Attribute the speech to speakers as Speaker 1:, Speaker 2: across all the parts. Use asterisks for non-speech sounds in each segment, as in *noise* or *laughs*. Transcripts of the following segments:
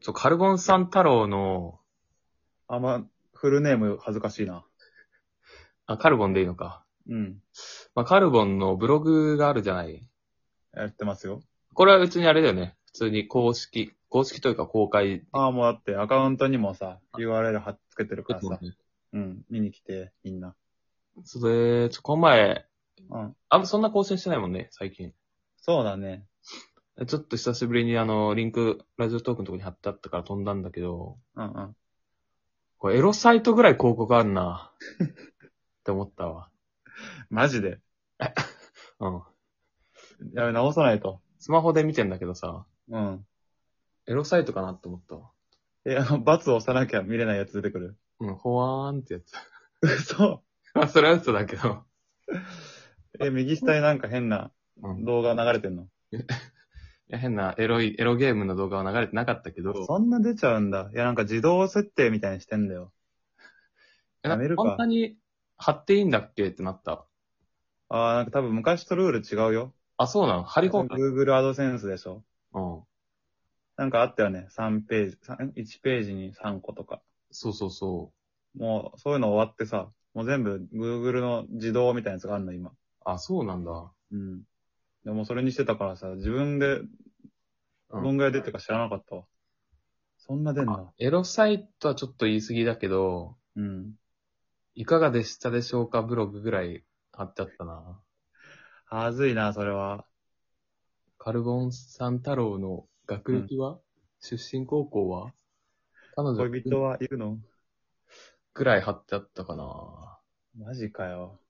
Speaker 1: そう、カルボンさん太郎の、
Speaker 2: あんま、フルネーム恥ずかしいな。
Speaker 1: あ、カルボンでいいのか。
Speaker 2: うん。
Speaker 1: まあ、カルボンのブログがあるじゃない。
Speaker 2: やってますよ。
Speaker 1: これは別にあれだよね。普通に公式、公式というか公開。
Speaker 2: ああ、もうだってアカウントにもさ、URL 貼っつけてるから
Speaker 1: そう
Speaker 2: さ。うん。見に来て、みんな。
Speaker 1: それ、ちょ、この前、
Speaker 2: うん。
Speaker 1: あんまそんな更新してないもんね、最近。
Speaker 2: そうだね。
Speaker 1: ちょっと久しぶりにあの、リンク、ラジオトークのとこに貼ってあったから飛んだんだけど、
Speaker 2: うんうん。
Speaker 1: これエロサイトぐらい広告あるな。って思ったわ。
Speaker 2: マジで。
Speaker 1: うん。
Speaker 2: やべ、直さないと。
Speaker 1: スマホで見てんだけどさ、
Speaker 2: うん。
Speaker 1: エロサイトかなって思ったわ。
Speaker 2: え、あの、罰を押さなきゃ見れないやつ出てくる。
Speaker 1: うん、ほわーんってやつ。
Speaker 2: 嘘。
Speaker 1: ま *laughs* あ、それは嘘だけど。
Speaker 2: え、右下になんか変な
Speaker 1: うん。い
Speaker 2: 動画流れてんの。
Speaker 1: や、変なエロい、エロゲームの動画は流れてなかったけど、
Speaker 2: そんな出ちゃうんだ。いや、なんか自動設定みたいにしてんだよ。
Speaker 1: えなん
Speaker 2: やめるか
Speaker 1: こんなに貼っていいんだっけってなった。
Speaker 2: ああ、なんか多分昔とルール違うよ。
Speaker 1: あ、そうなの貼り込んだ。
Speaker 2: Google AdSense でしょ。
Speaker 1: うん。
Speaker 2: なんかあったよね。3ページ、三1ページに3個とか。
Speaker 1: そうそうそ
Speaker 2: もう、そういうの終わってさ、もう全部 Google の自動みたいなやつがあるの、今。
Speaker 1: う。あ、そうなんだ。
Speaker 2: うん。でもそれにしてたからさ、自分で、
Speaker 1: う
Speaker 2: ど
Speaker 1: ん
Speaker 2: んぐらい出てるか知らなかったわ。そんな出んだ。
Speaker 1: エロサイトはちょっと言い過ぎだけど、
Speaker 2: うん。
Speaker 1: いかがでしたでしょうかブログぐらい貼ってあったな。
Speaker 2: はずいな、それは。
Speaker 1: カルボンさん太郎の学歴は、出身高校は彼女
Speaker 2: 恋人はいるの
Speaker 1: ぐらい貼ってあったかな。
Speaker 2: マジかよ。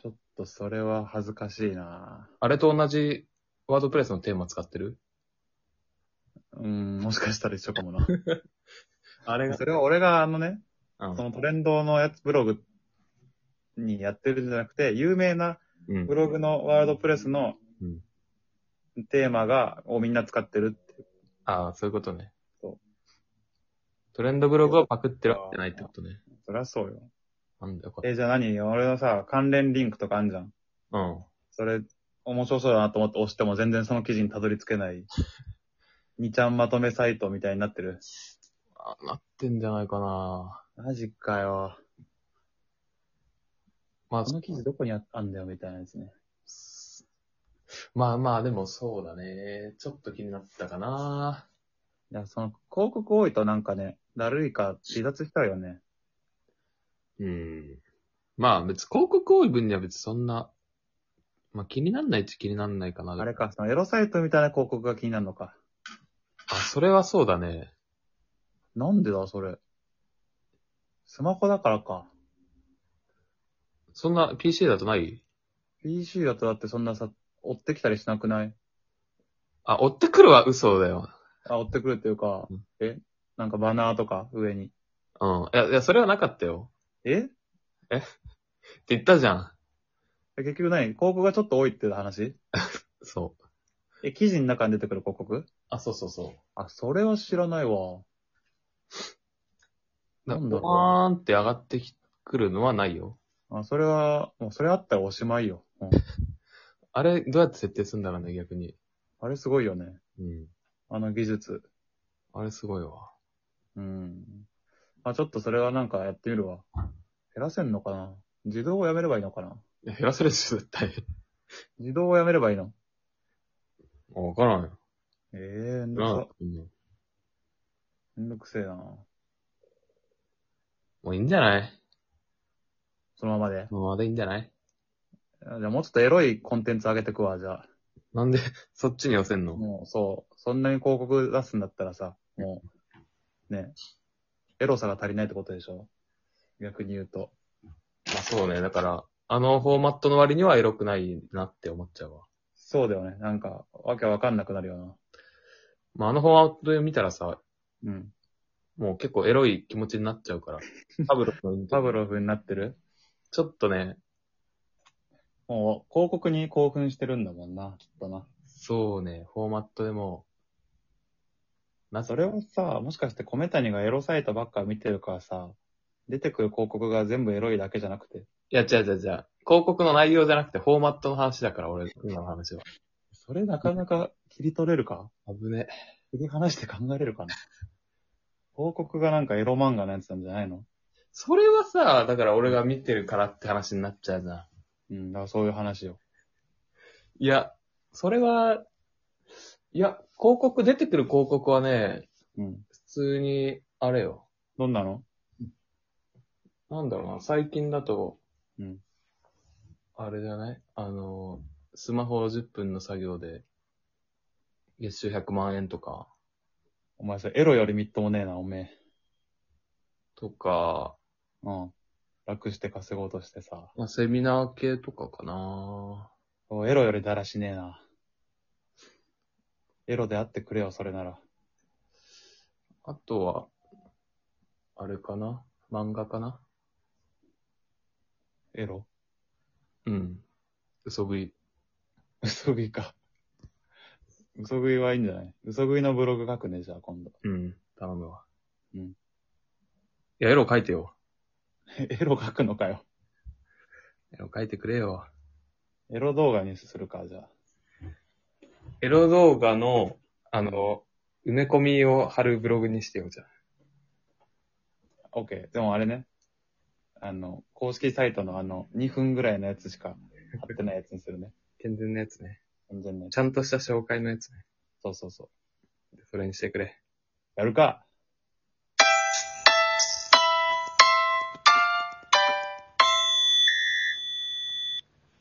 Speaker 2: ちょっとそれは恥ずかしいな。
Speaker 1: あれと同じワードプレスのテーマ使ってる
Speaker 2: うん、もしかしたら一緒かも *laughs* な。
Speaker 1: あれ
Speaker 2: それは俺があのね、
Speaker 1: う
Speaker 2: その
Speaker 1: ん。
Speaker 2: トレンドのやつ、ブログにやってるんじゃなくて、有名な
Speaker 1: うん
Speaker 2: ブログのワードプレスの
Speaker 1: うん
Speaker 2: テーマが、をみんな使ってるって。
Speaker 1: ああ、そういうことね。
Speaker 2: そう
Speaker 1: トレンドブログをパクってるわけじゃないってことね。
Speaker 2: そりゃそうよ。
Speaker 1: なんだよ、これ。
Speaker 2: え、じゃあ何俺のさ、関連リンクとかあんじゃん。
Speaker 1: うん。
Speaker 2: それ、面白そうだなと思って押しても全然その記事にたどり着けない。2ちゃんまとめサイトみたいになってる。
Speaker 1: あなってんじゃないかな。
Speaker 2: マジかよ。
Speaker 1: まあ
Speaker 2: こ、の記事どこにああんだよみたいなやつね。
Speaker 1: まあまあ、でもそうだね。ちょっと気になったかな。
Speaker 2: いや、その、広告多いとなんかね、だるいか、離脱したよね。
Speaker 1: うん。まあ別、広告多い分には別にそんな、まあ気になんないっちゃ気になんないかな。
Speaker 2: あれか、そのエロサイトみたいな広告が気になるのか。
Speaker 1: あ、それはそうだね。
Speaker 2: なんでだ、それ。スマホだからか。
Speaker 1: そんな PC だとない
Speaker 2: PC だとだってそんなさ、追ってきたりしなくない
Speaker 1: あ、追ってくるは嘘だよ。
Speaker 2: あ、追ってくるっていうか
Speaker 1: うん、
Speaker 2: えなんかバナーとか、上に。
Speaker 1: うん。いや、いや、それはなかったよ。
Speaker 2: え
Speaker 1: って言ったじゃん。
Speaker 2: 結局何広告がちょっと多いっていう話
Speaker 1: そう。
Speaker 2: え、記事の中に出てくる広告
Speaker 1: あ、そうそうそう。
Speaker 2: あ、それは知らないわ。
Speaker 1: な
Speaker 2: なんん
Speaker 1: だ
Speaker 2: だ
Speaker 1: ろ
Speaker 2: ろ
Speaker 1: う。
Speaker 2: う
Speaker 1: ーンって上がってくるのはないよ。
Speaker 2: あ、それは、もうそれあったらおしまいよ。うん、
Speaker 1: あれ、どうやって設定するんだろうね、逆に。
Speaker 2: あれすごいよね。
Speaker 1: うん。
Speaker 2: あの技術。
Speaker 1: あれすごいわ。
Speaker 2: うん。あ、ちょっとそれはなんかやってみるわ。減らせんのかな自動をやめればいいのかない
Speaker 1: や減らせるでしょ、絶対。
Speaker 2: 自動をやめればいいの
Speaker 1: あ *laughs* わからんよ。
Speaker 2: ええー、めんどく
Speaker 1: な
Speaker 2: さ
Speaker 1: ん。うん
Speaker 2: めんどくせえな。
Speaker 1: もういいんじゃない
Speaker 2: そのままで。
Speaker 1: もうまだいいんじゃない
Speaker 2: あじゃあもうちょっとエロいコンテンツ上げてくわ、じゃあ。
Speaker 1: なんで、 *laughs* そっちに寄せんの
Speaker 2: もう、そう。そんなに広告出すんだったらさ、もう、ね、エロさが足りないってことでしょ逆に言うと。
Speaker 1: まあそうね、だから、あのフォーマットの割にはエロくないなって思っちゃうわ。
Speaker 2: そうだよね。なんか、わけわかんなくなるよ
Speaker 1: まああのフォーマットで見たらさ、
Speaker 2: な。うん。
Speaker 1: もう結構エロい気持ちになっちゃう *laughs* から。パブロフのインタ
Speaker 2: パ
Speaker 1: ビュ
Speaker 2: ブ
Speaker 1: ー
Speaker 2: ロフになってる
Speaker 1: ちょっとね、
Speaker 2: もう、広告に興奮してるんだもんな、きっとな。
Speaker 1: そうね、フォーマットでも、な
Speaker 2: それをさ、もしかして米谷がエロサイトばっか見てるからさ、出てくる広告が全部エロいだけじゃなくて。
Speaker 1: いや、違う違う違う。広告の内容じゃなくて、フォーマットの話だから、俺、今の話は。
Speaker 2: それなかなか切り取れるか
Speaker 1: 危ね。
Speaker 2: 切り離して考えれるかな *laughs* 広告がなんかエロ漫画のやつなんじゃないの
Speaker 1: それはさ、だから俺が見てるからって話になっちゃうじゃん。
Speaker 2: うん、だからそういう話よ。
Speaker 1: いや、それは、いや、広告、出てくる広告はね、
Speaker 2: うん。
Speaker 1: 普通に、あれよ。
Speaker 2: どんなの
Speaker 1: なんだろうな、最近だと、
Speaker 2: うん。
Speaker 1: あれじゃないあの、スマホ10分の作業で、月収100万円とか、
Speaker 2: お前さ、エロよりみっともねえな、おめえ。
Speaker 1: とか、
Speaker 2: うん。楽して稼ごうとしてさ。
Speaker 1: まあ、セミナー系とかかな
Speaker 2: おエロよりだらしねえな。エロであってくれよ、それなら。
Speaker 1: あとは、あれかな漫画かな
Speaker 2: エロ *laughs*
Speaker 1: うん。嘘食い。
Speaker 2: 嘘食いか。嘘食いはいいんじゃない嘘食いのブログ書くね、じゃあ今度。 *laughs*
Speaker 1: うん。頼むわ。
Speaker 2: うん
Speaker 1: いや、エロ書いてよ。
Speaker 2: エロ書くのかよ。
Speaker 1: エロ書いてくれよ。
Speaker 2: エロ動画にするか、じゃあ。
Speaker 1: エロ動画の、あの、埋め込みを貼るブログにしてよ、じゃあ。
Speaker 2: オッケー。でもあれね。あの、公式サイトのあの、2分ぐらいのやつしか貼ってないやつにするね。
Speaker 1: 健全なやつね。
Speaker 2: 全然ね。
Speaker 1: ちゃんとした紹介のやつね。
Speaker 2: そうそうそう。
Speaker 1: それにしてくれ。
Speaker 2: やるか